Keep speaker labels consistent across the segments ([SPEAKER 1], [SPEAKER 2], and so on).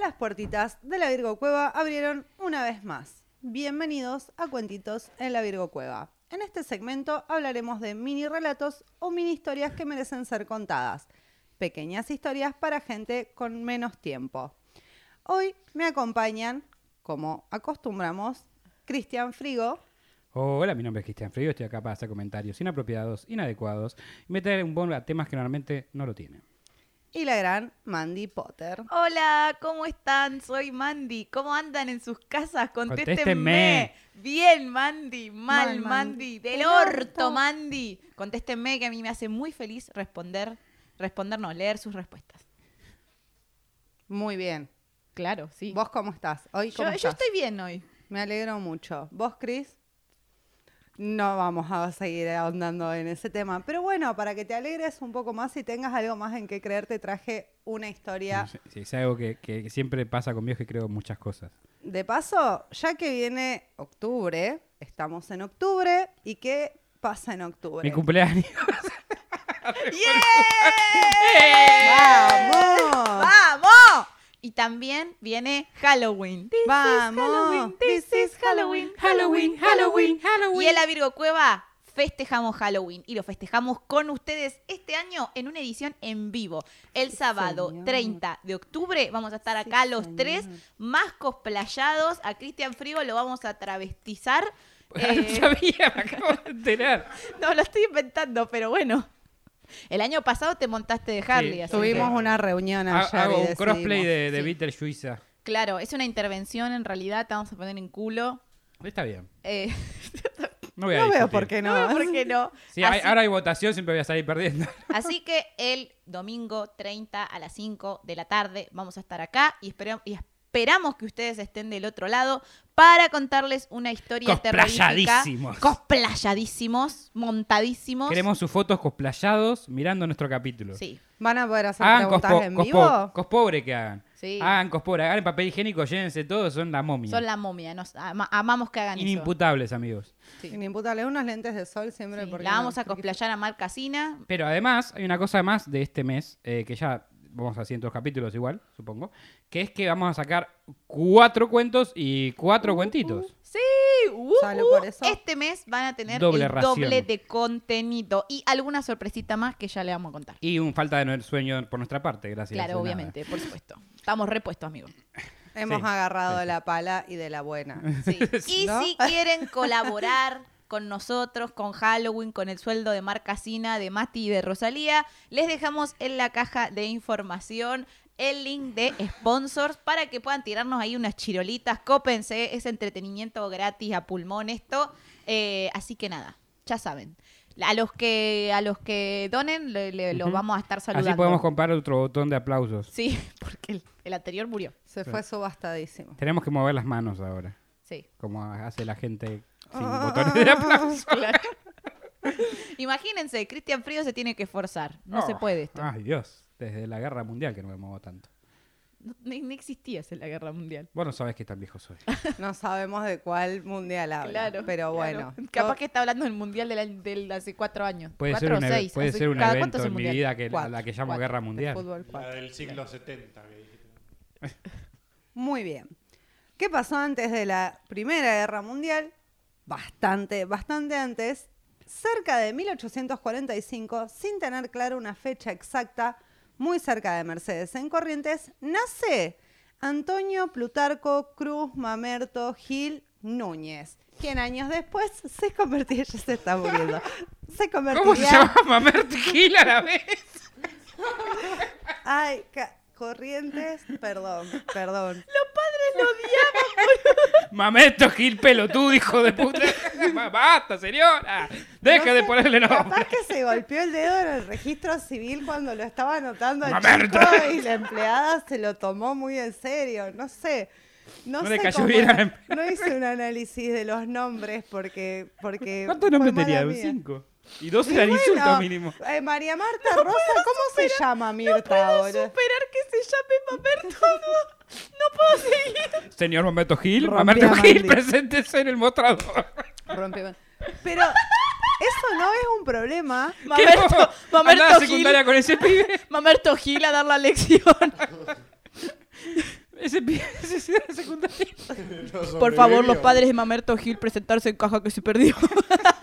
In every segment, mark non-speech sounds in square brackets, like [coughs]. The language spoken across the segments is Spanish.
[SPEAKER 1] las puertitas de la Virgo Cueva abrieron una vez más. Bienvenidos a Cuentitos en la Virgo Cueva. En este segmento hablaremos de mini relatos o mini historias que merecen ser contadas. Pequeñas historias para gente con menos tiempo. Hoy me acompañan, como acostumbramos, Cristian Frigo.
[SPEAKER 2] Hola, mi nombre es Cristian Frigo, estoy acá para hacer comentarios inapropiados, inadecuados y meter un bono a temas que normalmente no lo tienen.
[SPEAKER 1] Y la gran Mandy Potter.
[SPEAKER 3] Hola, ¿cómo están? Soy Mandy. ¿Cómo andan en sus casas? Contéstenme.
[SPEAKER 2] Contéstenme.
[SPEAKER 3] Bien, Mandy.
[SPEAKER 1] Mal,
[SPEAKER 3] Mal, Mandy.
[SPEAKER 1] Mandy.
[SPEAKER 3] Del
[SPEAKER 1] Del
[SPEAKER 3] orto,
[SPEAKER 1] orto.
[SPEAKER 3] Mandy. Contéstenme que a mí me hace muy feliz responder, responder no, leer sus respuestas.
[SPEAKER 1] Muy bien.
[SPEAKER 3] Claro, sí.
[SPEAKER 1] ¿Vos cómo estás? Hoy
[SPEAKER 3] yo,
[SPEAKER 1] cómo
[SPEAKER 3] yo
[SPEAKER 1] estás?
[SPEAKER 3] estoy bien hoy.
[SPEAKER 1] Me alegro mucho. ¿Vos, Cris? No vamos a seguir ahondando en ese tema. Pero bueno, para que te alegres un poco más y tengas algo más en que creer, te traje una historia.
[SPEAKER 2] Sí, sí, es algo que, que siempre pasa conmigo, es que creo muchas cosas.
[SPEAKER 1] De paso, ya que viene octubre, estamos en octubre, ¿y qué pasa en octubre?
[SPEAKER 2] Mi cumpleaños. [laughs]
[SPEAKER 3] ¡Yeah!
[SPEAKER 1] ¡Vamos!
[SPEAKER 3] ¡Vamos! Y también viene Halloween.
[SPEAKER 1] ¡Vamos!
[SPEAKER 3] This is Halloween, Halloween,
[SPEAKER 2] Halloween,
[SPEAKER 3] Y en la Virgo Cueva festejamos Halloween y lo festejamos con ustedes este año en una edición en vivo. El sábado
[SPEAKER 1] señor.
[SPEAKER 3] 30 de octubre vamos a estar
[SPEAKER 1] Sí,
[SPEAKER 3] acá los
[SPEAKER 1] señor.
[SPEAKER 3] tres más cosplayados. A Cristian Frigo lo vamos a [laughs] travestizar.
[SPEAKER 2] no
[SPEAKER 3] Eh,
[SPEAKER 2] sabía, me acabo de enterar.
[SPEAKER 3] no, lo estoy inventando, pero bueno. El año pasado te montaste de Harley.
[SPEAKER 2] Sí,
[SPEAKER 3] así
[SPEAKER 1] Tuvimos
[SPEAKER 3] que-
[SPEAKER 1] una reunión
[SPEAKER 2] Ha-
[SPEAKER 1] ayer.
[SPEAKER 2] Ah, Hago
[SPEAKER 1] y
[SPEAKER 2] un crossplay
[SPEAKER 1] decidimos.
[SPEAKER 2] de, de
[SPEAKER 3] Sí.
[SPEAKER 2] Beetlejuice.
[SPEAKER 3] Claro, es una intervención en realidad, te vamos a poner en culo.
[SPEAKER 2] Está bien.
[SPEAKER 3] Eh, [laughs]
[SPEAKER 2] No voy a
[SPEAKER 1] No veo
[SPEAKER 2] discutir.
[SPEAKER 1] por qué no.
[SPEAKER 3] no, ¿por qué no?
[SPEAKER 2] Si hay-
[SPEAKER 3] Así-
[SPEAKER 2] ahora hay votación, siempre voy a salir perdiendo.
[SPEAKER 3] Así que el domingo 30 a las 5 de la tarde vamos a estar acá y, espera- y esperamos que ustedes estén del otro lado para contarles una historia terrorífica.
[SPEAKER 2] Cosplayadísimos.
[SPEAKER 3] Cosplayadísimos, montadísimos.
[SPEAKER 2] Queremos sus fotos cosplayados mirando nuestro capítulo.
[SPEAKER 3] Sí.
[SPEAKER 1] ¿Van a poder hacer
[SPEAKER 2] Hagan
[SPEAKER 1] preguntas
[SPEAKER 2] Ah, cospo-
[SPEAKER 1] en
[SPEAKER 2] cospo-
[SPEAKER 1] vivo?
[SPEAKER 2] cospobre que hagan.
[SPEAKER 3] Sí.
[SPEAKER 2] Hagan cospobre, hagan el papel higiénico, llévense todos, son la momia.
[SPEAKER 3] Son la momia, nos ama- amamos que hagan eso.
[SPEAKER 2] Inimputables, amigos.
[SPEAKER 3] Sí.
[SPEAKER 1] Inimputable, unos lentes de sol siempre.
[SPEAKER 3] Sí,
[SPEAKER 1] porque
[SPEAKER 3] La vamos
[SPEAKER 1] no-
[SPEAKER 3] a cosplayar a Mar Casina.
[SPEAKER 2] Pero además, hay una cosa más de este mes, eh, que ya vamos a hacer en todos capítulos igual, supongo, que es que vamos a sacar cuatro cuentos y cuatro cuentitos.
[SPEAKER 3] Sí, uh,
[SPEAKER 1] Solo
[SPEAKER 3] uh,
[SPEAKER 1] por eso.
[SPEAKER 3] este mes van a tener
[SPEAKER 2] Doble
[SPEAKER 3] el
[SPEAKER 2] ración.
[SPEAKER 3] doble de contenido y alguna sorpresita más que ya le vamos a contar.
[SPEAKER 2] Y un falta de no- sueño por nuestra parte, gracias. de
[SPEAKER 3] Claro,
[SPEAKER 2] nada.
[SPEAKER 3] obviamente, por supuesto. Estamos repuestos, amigos.
[SPEAKER 1] Hemos
[SPEAKER 2] Sí.
[SPEAKER 1] agarrado de la pala y de la buena.
[SPEAKER 3] [laughs] Sí.
[SPEAKER 2] [laughs]
[SPEAKER 3] Y
[SPEAKER 1] ¿No?
[SPEAKER 3] si quieren colaborar con nosotros, con Halloween, con el sueldo de Marc Casina, de Mati y de Rosalía, les dejamos en la caja de información el link de sponsors para que puedan tirarnos ahí unas chirolitas. Cópense, es entretenimiento gratis a pulmón esto. Eh, así que nada, ya saben. A los que, a los que donen, le- le- los
[SPEAKER 2] Ujú.
[SPEAKER 3] vamos a estar saludando.
[SPEAKER 2] Así podemos comprar otro botón de aplausos.
[SPEAKER 3] Sí, [laughs] porque el, el anterior murió.
[SPEAKER 1] Se fue subastadísimo.
[SPEAKER 2] Tenemos que mover las manos ahora,
[SPEAKER 3] Sí.
[SPEAKER 2] como hace la gente sin
[SPEAKER 3] Ah.
[SPEAKER 2] botones de aplausos.
[SPEAKER 3] [laughs] Claro. Imagínense, Cristian Frío se tiene que esforzar. No se
[SPEAKER 2] Oh,
[SPEAKER 3] puede esto.
[SPEAKER 2] Ay, Dios. Desde la guerra mundial que no me muevo tanto.
[SPEAKER 3] No, ni- ni existías en la guerra mundial.
[SPEAKER 2] Vos no sabés qué tan viejo soy.
[SPEAKER 1] No sabemos de cuál mundial habla. pero
[SPEAKER 3] claro.
[SPEAKER 1] bueno.
[SPEAKER 3] Capaz
[SPEAKER 1] To-
[SPEAKER 3] que está hablando del mundial del año- del hace cuatro años.
[SPEAKER 2] Puede
[SPEAKER 3] cuatro
[SPEAKER 2] ser
[SPEAKER 3] o
[SPEAKER 2] un, eve-
[SPEAKER 3] seis.
[SPEAKER 2] puede
[SPEAKER 3] Hace-
[SPEAKER 2] ser un
[SPEAKER 3] ¿cada
[SPEAKER 2] evento
[SPEAKER 3] cuánto es
[SPEAKER 2] en
[SPEAKER 3] un
[SPEAKER 2] mi
[SPEAKER 3] mundial?
[SPEAKER 2] vida que, a la
[SPEAKER 1] Cuatro,
[SPEAKER 2] que llamo
[SPEAKER 3] cuatro,
[SPEAKER 2] guerra
[SPEAKER 3] de
[SPEAKER 1] de
[SPEAKER 2] mundial.
[SPEAKER 1] fútbol
[SPEAKER 4] La
[SPEAKER 1] cuatro.
[SPEAKER 4] del siglo 70 que dijiste.
[SPEAKER 1] Muy bien. ¿Qué pasó antes de la Primera Guerra Mundial? Bastante, bastante antes. Cerca de 1845, sin tener clara una fecha exacta, muy cerca de Mercedes en Corrientes, nace Antonio Plutarco Cruz Mamerto Gil Núñez, quien años después se convertiría, [laughs] ya se está muriendo, se convertiría...
[SPEAKER 2] ¿Cómo se llama [laughs] Mamert Gil a la vez?
[SPEAKER 1] Ay, ca- Corrientes, perdón, perdón.
[SPEAKER 2] Mamerto Gil pelotudo, hijo de puta. Ma- [laughs] Basta, señora. Deja
[SPEAKER 1] No
[SPEAKER 2] de
[SPEAKER 1] sé,
[SPEAKER 2] ponerle nombre.
[SPEAKER 1] Capaz que se golpeó el dedo en el registro civil cuando lo estaba anotando el
[SPEAKER 2] Mamerto.
[SPEAKER 1] chico y la empleada se lo tomó muy en serio, no sé. No,
[SPEAKER 2] No le
[SPEAKER 1] sé
[SPEAKER 2] cayó
[SPEAKER 1] cómo
[SPEAKER 2] bien a la
[SPEAKER 1] era.
[SPEAKER 2] empleada.
[SPEAKER 1] No hice un análisis de los nombres porque... porque
[SPEAKER 2] ¿Cuántos
[SPEAKER 1] fue
[SPEAKER 2] nombres
[SPEAKER 1] mala
[SPEAKER 2] tenía?
[SPEAKER 1] mía.
[SPEAKER 2] Cinco. Y dos eran
[SPEAKER 1] Bueno,
[SPEAKER 2] insultos mínimo.
[SPEAKER 1] eh, María Marta Rosa, ¿cómo se llama Mirta ahora?
[SPEAKER 3] Esperar que se llame Mamerto. No, no puedo seguir.
[SPEAKER 2] Señor Mamerto Gil,
[SPEAKER 1] Rompí
[SPEAKER 2] Mamerto
[SPEAKER 1] a
[SPEAKER 2] Gil,
[SPEAKER 1] Mandy.
[SPEAKER 2] preséntese en el mostrador.
[SPEAKER 1] [laughs] Pero eso no es un problema.
[SPEAKER 2] ¿Qué
[SPEAKER 3] Mamerto,
[SPEAKER 2] no? Andá a
[SPEAKER 3] Mamerto
[SPEAKER 1] [laughs]
[SPEAKER 3] Gil.
[SPEAKER 2] secundaria con ese pibe.
[SPEAKER 3] Mamerto Gil a dar la lección.
[SPEAKER 2] [laughs] Ese [laughs] ese pibe se suicidó en la
[SPEAKER 3] [laughs]
[SPEAKER 2] secundaria.
[SPEAKER 3] Por favor, los padres de Mamerto Gil presentarse en caja que se perdió.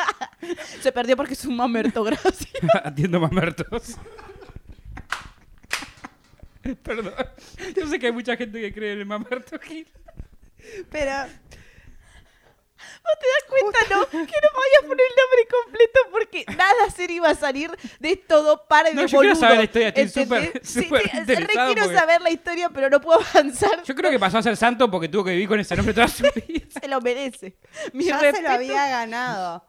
[SPEAKER 3] [laughs] se perdió porque es un Mamerto, [laughs] gracias.
[SPEAKER 2] Atiendo mamertos. Perdón. Yo sé que hay mucha gente que cree en el mamerto Gil.
[SPEAKER 1] Pero
[SPEAKER 3] ¿Vos te das cuenta, no? Que no podías poner el nombre completo porque nada se iba a salir de todo par de
[SPEAKER 2] No, yo quiero
[SPEAKER 3] boludos,
[SPEAKER 2] saber la historia, estoy
[SPEAKER 3] ¿entendés?
[SPEAKER 2] súper-
[SPEAKER 3] Sí,
[SPEAKER 2] súper
[SPEAKER 3] sí, re
[SPEAKER 2] interesado
[SPEAKER 3] quiero
[SPEAKER 2] porque-
[SPEAKER 3] saber la historia, pero no puedo avanzar.
[SPEAKER 2] Yo creo que pasó a ser santo porque tuvo que vivir con ese nombre toda su vida.
[SPEAKER 3] [laughs] Se lo merece. Mi
[SPEAKER 1] ya se
[SPEAKER 3] respeto,
[SPEAKER 1] lo había ganado.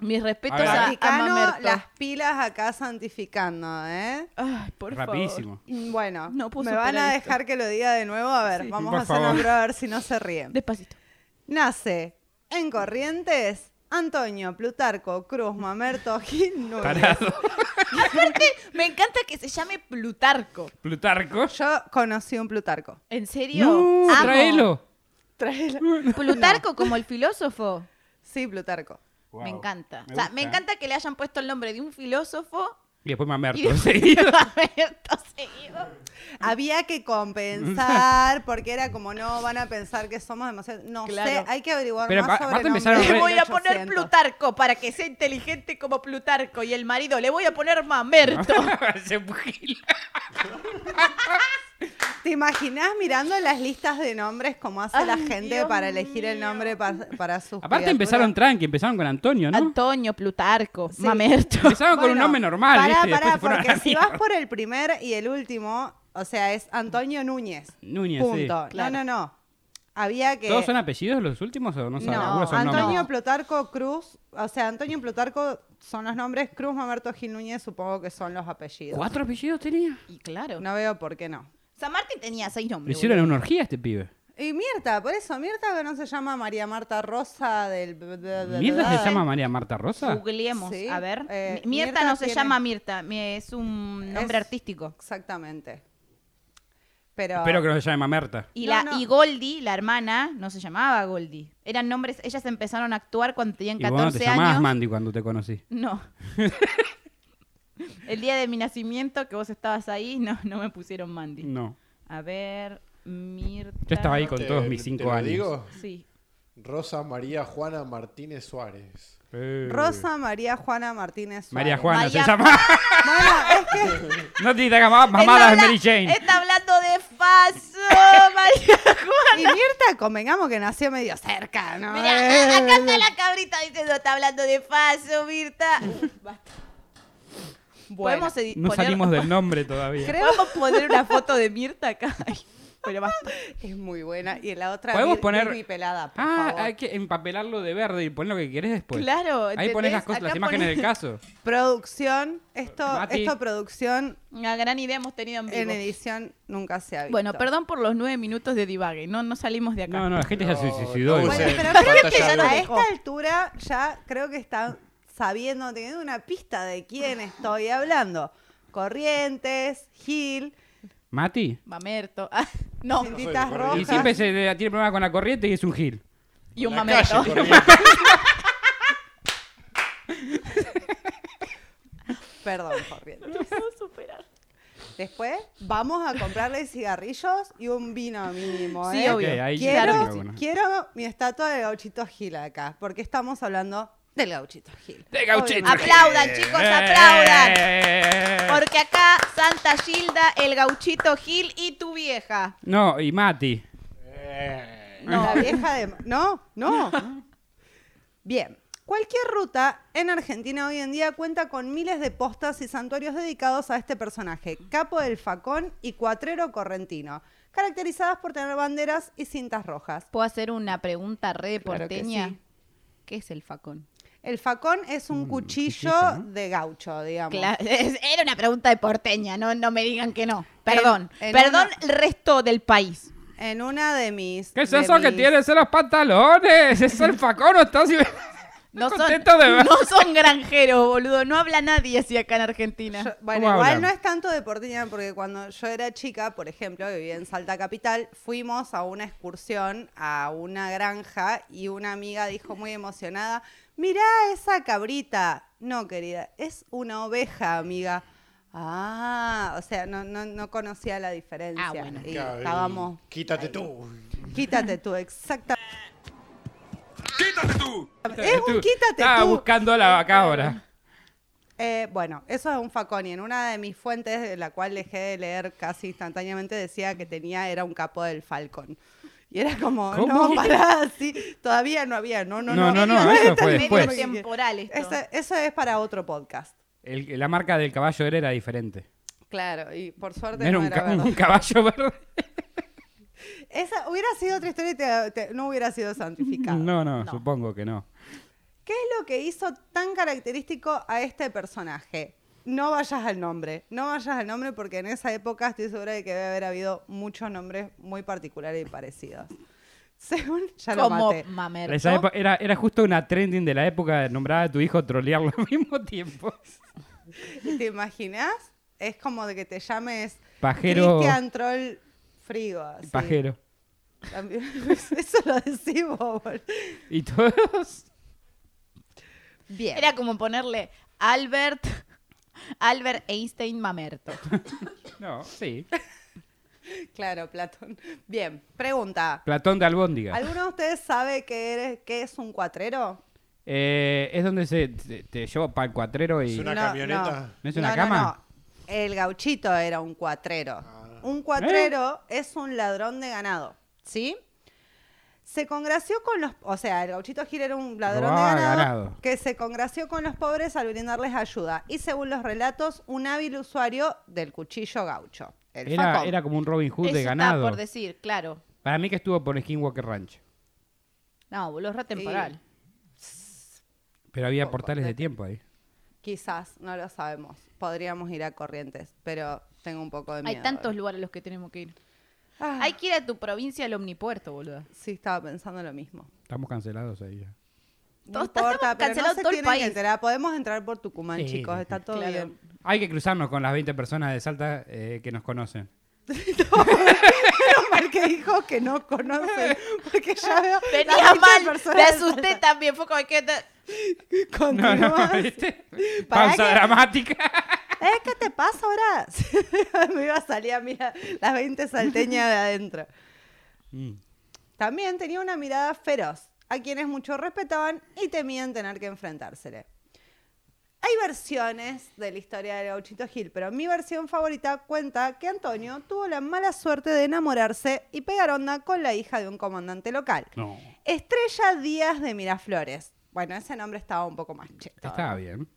[SPEAKER 3] Mis respetos
[SPEAKER 2] A ver.
[SPEAKER 3] a, a
[SPEAKER 1] Vaticano,
[SPEAKER 3] Mamerto.
[SPEAKER 1] las pilas acá santificando, ¿eh?
[SPEAKER 3] Ay, por favor.
[SPEAKER 2] Rapidísimo.
[SPEAKER 1] Mm, Bueno,
[SPEAKER 3] No puedo
[SPEAKER 1] me van a
[SPEAKER 3] superar esto.
[SPEAKER 1] dejar que lo diga de nuevo. A ver,
[SPEAKER 3] Sí.
[SPEAKER 1] vamos
[SPEAKER 2] Por
[SPEAKER 1] a hacer
[SPEAKER 2] favor.
[SPEAKER 1] nombre a ver si no se ríen.
[SPEAKER 3] Despacito.
[SPEAKER 1] Nace en Corrientes Antonio Plutarco Cruz Mamerto
[SPEAKER 3] [laughs]
[SPEAKER 1] Gil Núñez.
[SPEAKER 2] Tarado.
[SPEAKER 3] Aparte, me encanta que se llame Plutarco.
[SPEAKER 2] Plutarco.
[SPEAKER 1] Yo conocí un Plutarco.
[SPEAKER 3] ¿En serio?
[SPEAKER 2] No,
[SPEAKER 3] Amo.
[SPEAKER 2] tráelo. [laughs]
[SPEAKER 3] Plutarco como el filósofo.
[SPEAKER 1] Sí, Plutarco.
[SPEAKER 2] Wow.
[SPEAKER 3] Me encanta.
[SPEAKER 2] Me
[SPEAKER 3] o sea,
[SPEAKER 2] gusta.
[SPEAKER 3] me encanta que le hayan puesto el nombre de un filósofo
[SPEAKER 2] Y después [laughs]
[SPEAKER 3] y
[SPEAKER 2] mamerto.
[SPEAKER 3] después
[SPEAKER 2] seguido.
[SPEAKER 3] Mamerto seguido.
[SPEAKER 1] Había que
[SPEAKER 2] [laughs]
[SPEAKER 1] compensar porque era como no van a pensar que somos demasiado. No
[SPEAKER 3] Claro.
[SPEAKER 1] sé, hay que averiguar
[SPEAKER 2] Pero
[SPEAKER 1] más
[SPEAKER 2] pa-
[SPEAKER 1] sobre
[SPEAKER 2] aparte
[SPEAKER 1] nombres
[SPEAKER 2] empezaron
[SPEAKER 1] del
[SPEAKER 2] re-
[SPEAKER 3] Le voy a poner
[SPEAKER 1] 800.
[SPEAKER 3] Plutarco para que sea inteligente como Plutarco y el marido. Le voy a
[SPEAKER 2] [laughs]
[SPEAKER 3] poner Mamerto.
[SPEAKER 2] Se pugila.
[SPEAKER 1] ¿Te imaginas mirando las listas de nombres como hace la
[SPEAKER 3] Ay,
[SPEAKER 1] gente
[SPEAKER 3] Dios
[SPEAKER 1] para elegir el
[SPEAKER 3] mío.
[SPEAKER 1] nombre pa- para, sus
[SPEAKER 2] Aparte
[SPEAKER 1] criaturas?
[SPEAKER 2] empezaron tranqui, empezaron con Antonio, ¿no?
[SPEAKER 3] Antonio, Plutarco,
[SPEAKER 1] Sí.
[SPEAKER 3] Mamerto.
[SPEAKER 2] Empezaron con un
[SPEAKER 1] Bueno,
[SPEAKER 2] nombre normal,
[SPEAKER 1] pará,
[SPEAKER 2] ¿viste? Y después
[SPEAKER 1] pará,
[SPEAKER 2] se fueron a la
[SPEAKER 1] porque si
[SPEAKER 2] mierda.
[SPEAKER 1] vas por el primer y el último, o sea, es Antonio Núñez.
[SPEAKER 2] [laughs] Núñez, sí.
[SPEAKER 1] Punto.
[SPEAKER 3] Claro.
[SPEAKER 1] No, no, no. Había que...
[SPEAKER 2] ¿Todos son apellidos los últimos o no son?
[SPEAKER 1] No,
[SPEAKER 2] Algunos son
[SPEAKER 1] Antonio
[SPEAKER 2] nombres.
[SPEAKER 1] Plutarco Cruz, o sea, Antonio Plutarco son los nombres, Cruz Mamerto Gil Núñez supongo que son los apellidos.
[SPEAKER 2] ¿Cuatro apellidos tenía?
[SPEAKER 3] Y claro.
[SPEAKER 1] No veo por qué no.
[SPEAKER 3] San Martín tenía seis
[SPEAKER 2] Le
[SPEAKER 3] nombres.
[SPEAKER 2] hicieron
[SPEAKER 3] boludo.
[SPEAKER 2] una orgía a este pibe.
[SPEAKER 1] Y Mirta, por eso, Mirta que no se llama María Marta Rosa del...
[SPEAKER 2] ¿Mierda se llama María Marta Rosa?
[SPEAKER 3] Googleemos,
[SPEAKER 1] Sí.
[SPEAKER 3] a ver.
[SPEAKER 1] Eh,
[SPEAKER 3] Mi- Mirta,
[SPEAKER 1] Mirta
[SPEAKER 3] no se
[SPEAKER 1] tiene-
[SPEAKER 3] llama Mirta, mi- es un nombre
[SPEAKER 1] Es-
[SPEAKER 3] artístico.
[SPEAKER 1] Exactamente. Pero...
[SPEAKER 2] Espero que no se llame Mamerta.
[SPEAKER 3] Y,
[SPEAKER 1] No,
[SPEAKER 3] la,
[SPEAKER 1] no.
[SPEAKER 3] y Goldie, la hermana, no se llamaba Goldie. Eran nombres, ellas empezaron a actuar cuando tenían
[SPEAKER 2] Y vos no
[SPEAKER 3] 14
[SPEAKER 2] te
[SPEAKER 3] años.
[SPEAKER 2] llamabas Mandy cuando te conocí.
[SPEAKER 3] No. [laughs] El día de mi nacimiento, que vos estabas ahí, no, no me pusieron Mandy.
[SPEAKER 2] No.
[SPEAKER 3] A ver, Mirta.
[SPEAKER 2] Yo estaba ahí con
[SPEAKER 4] Te-
[SPEAKER 2] todos mis
[SPEAKER 4] te
[SPEAKER 2] cinco
[SPEAKER 4] lo
[SPEAKER 2] años.
[SPEAKER 4] digo,
[SPEAKER 3] Sí.
[SPEAKER 4] Rosa María Juana Martínez Suárez.
[SPEAKER 2] Eh.
[SPEAKER 1] Rosa María Juana Martínez. Suárez.
[SPEAKER 2] María Juana
[SPEAKER 3] María
[SPEAKER 2] se llama.
[SPEAKER 1] Bueno, es que
[SPEAKER 2] [laughs] no te digas más
[SPEAKER 3] Está
[SPEAKER 2] mamadas de
[SPEAKER 3] habla-
[SPEAKER 2] Mary Jane.
[SPEAKER 3] Está hablando de Faso, [laughs] María Juana.
[SPEAKER 1] Y Mirta, convengamos que nació medio cerca, ¿no?
[SPEAKER 3] Mirá, a- acá está la cabrita diciendo, está hablando de Faso, Mirta.
[SPEAKER 2] [laughs]
[SPEAKER 3] Uf, basta.
[SPEAKER 1] Bueno,
[SPEAKER 3] Podemos edi-
[SPEAKER 2] No
[SPEAKER 3] poner-
[SPEAKER 2] salimos del nombre todavía.
[SPEAKER 1] creo
[SPEAKER 3] [laughs] Podemos poner una foto de
[SPEAKER 2] [laughs]
[SPEAKER 3] Mirta acá. Ay, Pero basta.
[SPEAKER 1] es muy buena. Y la otra
[SPEAKER 2] Podemos
[SPEAKER 1] Vir-
[SPEAKER 2] poner-
[SPEAKER 1] Virgi pelada, por
[SPEAKER 2] Ah,
[SPEAKER 1] favor.
[SPEAKER 2] hay que empapelarlo de verde y pon lo que querés después.
[SPEAKER 3] Claro,
[SPEAKER 2] Ahí pones
[SPEAKER 3] ¿entendés?
[SPEAKER 2] las, cosas, las
[SPEAKER 3] Acá
[SPEAKER 2] imágenes
[SPEAKER 3] pones-
[SPEAKER 2] del caso.
[SPEAKER 1] Producción, esto,
[SPEAKER 2] Mati.
[SPEAKER 1] esto producción
[SPEAKER 3] Una gran idea hemos tenido en vivo.
[SPEAKER 1] en edición nunca se ha visto.
[SPEAKER 3] Bueno, perdón por los nueve minutos de divague. No, no salimos de acá.
[SPEAKER 2] No, no, la gente ya se
[SPEAKER 4] No,
[SPEAKER 2] suicidó.
[SPEAKER 4] no
[SPEAKER 2] igual.
[SPEAKER 1] Bueno,
[SPEAKER 4] Sí,
[SPEAKER 1] pero
[SPEAKER 4] pantalla
[SPEAKER 1] creo que ya
[SPEAKER 4] verde.
[SPEAKER 1] a esta altura ya creo que están sabiendo, teniendo una pista de quién estoy hablando. Corrientes, Gil,
[SPEAKER 2] Mati.
[SPEAKER 3] Mamerto. [laughs] Ah, no.
[SPEAKER 4] Sí.
[SPEAKER 1] cintitas
[SPEAKER 4] soy de
[SPEAKER 1] rojas.
[SPEAKER 2] Y siempre se le- tiene problema con la corriente y es un gil.
[SPEAKER 3] Y un
[SPEAKER 4] La
[SPEAKER 3] mamerto.
[SPEAKER 4] calle Corrientes.
[SPEAKER 1] Perdón, Corrientes. Después vamos a comprarle cigarrillos y un vino mínimo.
[SPEAKER 3] [laughs] Sí,
[SPEAKER 1] ¿eh?
[SPEAKER 3] obvio.
[SPEAKER 2] Ok, ahí ya
[SPEAKER 1] Quiero,
[SPEAKER 2] tengo alguna.
[SPEAKER 1] quiero mi estatua de Gauchito Gil acá, porque estamos hablando del Gauchito Gil.
[SPEAKER 2] De gauchito.
[SPEAKER 1] Obviamente.
[SPEAKER 3] Aplaudan, chicos, aplaudan. Porque acá Santa Gilda, el gauchito Gil y tu vieja.
[SPEAKER 2] No, y Mati.
[SPEAKER 4] Eh,
[SPEAKER 1] La vieja de... No, no. Bien. Cualquier ruta en Argentina hoy en día cuenta con miles de postas y santuarios dedicados a este personaje, capo del facón y cuatrero correntino, caracterizadas por tener banderas y cintas rojas.
[SPEAKER 3] ¿Puedo hacer una pregunta re
[SPEAKER 1] Claro que
[SPEAKER 3] porteña?
[SPEAKER 1] sí.
[SPEAKER 3] ¿Qué es el facón?
[SPEAKER 1] El facón es un cuchillo,
[SPEAKER 2] cuchillo, ¿no?
[SPEAKER 1] de gaucho, digamos.
[SPEAKER 3] Cla- [laughs] es- Era una pregunta de porteña, no, no me digan que no. Perdón.
[SPEAKER 1] En- en
[SPEAKER 3] Perdón
[SPEAKER 1] una-
[SPEAKER 3] el resto del país.
[SPEAKER 1] En una de mis.
[SPEAKER 2] ¿Qué es
[SPEAKER 1] de
[SPEAKER 2] eso que
[SPEAKER 1] mis-
[SPEAKER 2] tienes en los pantalones? ¿Es el facón o estás.?
[SPEAKER 3] No son,
[SPEAKER 2] contento de ver.
[SPEAKER 3] no son granjeros, boludo. No habla nadie así acá en Argentina.
[SPEAKER 1] Yo- bueno,
[SPEAKER 2] ¿Cómo
[SPEAKER 1] igual
[SPEAKER 2] hablan?
[SPEAKER 1] no es tanto de porteña, porque cuando yo era chica, por ejemplo, que vivía en Salta Capital, fuimos a una excursión a una granja y una amiga dijo muy emocionada: Mirá esa cabrita. No, querida, es una oveja, amiga. Ah, o sea, no, no, no conocía la diferencia.
[SPEAKER 3] Ah, bueno.
[SPEAKER 1] Y
[SPEAKER 4] Claro, y
[SPEAKER 1] estábamos.
[SPEAKER 4] Quítate tú.
[SPEAKER 1] Quítate tú, exacta.
[SPEAKER 5] ¡Quítate tú!
[SPEAKER 1] Es
[SPEAKER 2] [laughs]
[SPEAKER 1] un quítate
[SPEAKER 2] Estaba
[SPEAKER 1] tú.
[SPEAKER 2] buscando la cabra.
[SPEAKER 1] Eh, bueno, eso es un facón y en una de mis fuentes, de la cual dejé de leer casi instantáneamente, decía que tenía, era un capo del falcón. Y era como,
[SPEAKER 2] ¿Cómo?
[SPEAKER 1] no, pará, sí, todavía no había, no, no,
[SPEAKER 2] No,
[SPEAKER 1] no.
[SPEAKER 2] no, no,
[SPEAKER 1] Esta
[SPEAKER 2] eso fue
[SPEAKER 1] es
[SPEAKER 2] después.
[SPEAKER 1] medio
[SPEAKER 3] Temporal esto.
[SPEAKER 1] Esa- eso es para otro podcast.
[SPEAKER 2] El- la marca del caballo era, era diferente.
[SPEAKER 1] Claro, y por suerte
[SPEAKER 2] No era
[SPEAKER 1] no,
[SPEAKER 2] un,
[SPEAKER 1] era
[SPEAKER 2] ca- [laughs]
[SPEAKER 1] verdad.
[SPEAKER 2] un caballo verde.
[SPEAKER 1] Esa hubiera sido otra historia y te- te- no hubiera sido santificada.
[SPEAKER 2] No, no, supongo que no.
[SPEAKER 1] ¿Qué es lo que hizo tan característico a este personaje? No vayas al nombre, no vayas al nombre porque en esa época estoy segura de que debe haber habido muchos nombres muy particulares y parecidos. [laughs] Según ya lo
[SPEAKER 3] Como
[SPEAKER 1] maté.
[SPEAKER 3] mamerto.
[SPEAKER 2] Esa epo- era, era justo una trending de la época de nombrar a tu hijo trolearlo al [laughs] mismo tiempo.
[SPEAKER 1] ¿Te imaginas? Es como de que te llames
[SPEAKER 2] Pajero.
[SPEAKER 1] Cristian Troll Frigo. así.
[SPEAKER 2] Pajero.
[SPEAKER 1] También- [laughs] Eso lo decimos. bol-
[SPEAKER 2] Y todos.
[SPEAKER 1] Bien.
[SPEAKER 3] Era como ponerle Albert, [laughs] Albert Einstein mamerto.
[SPEAKER 2] No, sí.
[SPEAKER 1] Claro, Platón. Bien, pregunta.
[SPEAKER 2] Platón de albóndiga.
[SPEAKER 1] ¿Alguno de ustedes sabe qué, eres- qué es un cuatrero?
[SPEAKER 2] Eh, es donde se te, te llevo para el cuatrero y.
[SPEAKER 4] Es una- camioneta?
[SPEAKER 2] ¿No es una cama?
[SPEAKER 1] no. El gauchito era un cuatrero.
[SPEAKER 4] Ah.
[SPEAKER 1] Un cuatrero es un ladrón de ganado, ¿sí? Se congració con los... O sea, el gauchito Gil era un ladrón
[SPEAKER 2] Robaba
[SPEAKER 1] de ganado,
[SPEAKER 2] ganado.
[SPEAKER 1] que se congració con los pobres al brindarles ayuda. Y según los relatos, un hábil usuario del cuchillo gaucho. El
[SPEAKER 2] Era,
[SPEAKER 1] facón.
[SPEAKER 2] era como un Robin Hood
[SPEAKER 3] Eso
[SPEAKER 2] de
[SPEAKER 3] está
[SPEAKER 2] ganado.
[SPEAKER 3] por decir, claro.
[SPEAKER 2] Para mí que estuvo por Skinwalker Ranch.
[SPEAKER 3] No, boludo, es re temporal.
[SPEAKER 2] Pero había portales de tiempo ahí.
[SPEAKER 1] Quizás, no lo sabemos. Podríamos ir a Corrientes, pero tengo un poco de miedo.
[SPEAKER 3] Hay tantos lugares a los que tenemos que ir.
[SPEAKER 1] Ah,
[SPEAKER 3] Hay que ir a tu provincia al
[SPEAKER 1] [laughs]
[SPEAKER 3] omnipuerto, boludo.
[SPEAKER 1] Sí, estaba pensando lo mismo.
[SPEAKER 2] Estamos cancelados ahí ya.
[SPEAKER 1] No importa,
[SPEAKER 3] Todos estamos
[SPEAKER 1] pero no
[SPEAKER 3] cancelados
[SPEAKER 1] se
[SPEAKER 3] todo el
[SPEAKER 1] tienen que
[SPEAKER 3] país.
[SPEAKER 1] enterar. Podemos entrar por Tucumán,
[SPEAKER 2] Sí,
[SPEAKER 1] chicos.
[SPEAKER 2] sí,
[SPEAKER 1] Está todo
[SPEAKER 3] Claro.
[SPEAKER 1] bien.
[SPEAKER 2] Hay que cruzarnos con las 20 personas de Salta eh, que nos conocen.
[SPEAKER 1] Menos mal que dijo que no
[SPEAKER 3] [laughs]
[SPEAKER 1] conoce. Porque ya veo.
[SPEAKER 3] Venía mal, te
[SPEAKER 1] personas
[SPEAKER 3] asusté también. Fue como que...
[SPEAKER 2] No, [laughs] no, ¿viste? Pausa
[SPEAKER 1] que-
[SPEAKER 2] dramática.
[SPEAKER 1] ¿Eh, ¿Qué te pasa ahora? [laughs] Me iba a salir a mirar las 20 salteñas de adentro.
[SPEAKER 2] Mm.
[SPEAKER 1] También tenía una mirada feroz, a quienes mucho respetaban y temían tener que enfrentársele. Hay versiones de la historia de Gauchito Gil, pero mi versión favorita cuenta que Antonio tuvo la mala suerte de enamorarse y pegar onda con la hija de un comandante local.
[SPEAKER 2] [laughs] No.
[SPEAKER 1] Estrella Díaz de Miraflores. Bueno, ese nombre estaba un poco más cheto.
[SPEAKER 2] Estaba bien.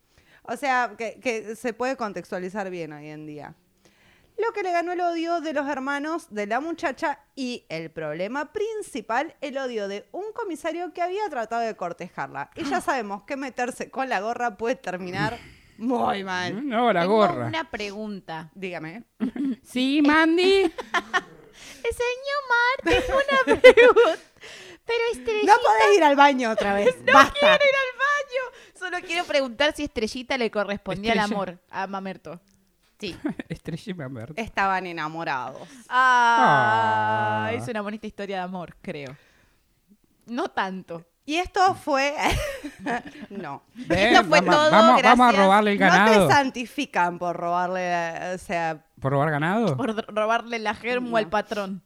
[SPEAKER 1] O sea, que, que se puede contextualizar bien hoy en día. Lo que le ganó el odio de los hermanos de la muchacha y el problema principal, el odio de un comisario que había tratado de cortejarla. Y ya sabemos que meterse con la gorra puede terminar muy mal.
[SPEAKER 2] No, la
[SPEAKER 3] tengo
[SPEAKER 2] gorra.
[SPEAKER 3] una pregunta.
[SPEAKER 1] Dígame.
[SPEAKER 2] Sí, Mandy. [laughs]
[SPEAKER 3] Eh, Señor Mar, tengo una [laughs] pregunta. Pero Estrellita...
[SPEAKER 1] No podés ir al baño otra vez. Basta.
[SPEAKER 3] quiero ir al baño. Solo quiero preguntar si Estrellita le correspondía al
[SPEAKER 2] Estrella.
[SPEAKER 3] amor a Mamerto. Sí.
[SPEAKER 2] Estrella
[SPEAKER 1] Eh,
[SPEAKER 2] Mamerto.
[SPEAKER 1] Estaban enamorados.
[SPEAKER 3] Ah,
[SPEAKER 2] Ah.
[SPEAKER 3] es una bonita historia de amor, creo. No tanto.
[SPEAKER 1] Y esto fue. [laughs] no.
[SPEAKER 3] Esto fue
[SPEAKER 2] vamos,
[SPEAKER 3] todo,
[SPEAKER 2] vamos, vamos a
[SPEAKER 3] gracias.
[SPEAKER 2] robarle el ganado.
[SPEAKER 1] No te santifican por robarle. eh, O sea,
[SPEAKER 2] ¿Por robar ganado?
[SPEAKER 3] Por dr- robarle la germo
[SPEAKER 1] No.
[SPEAKER 3] al patrón.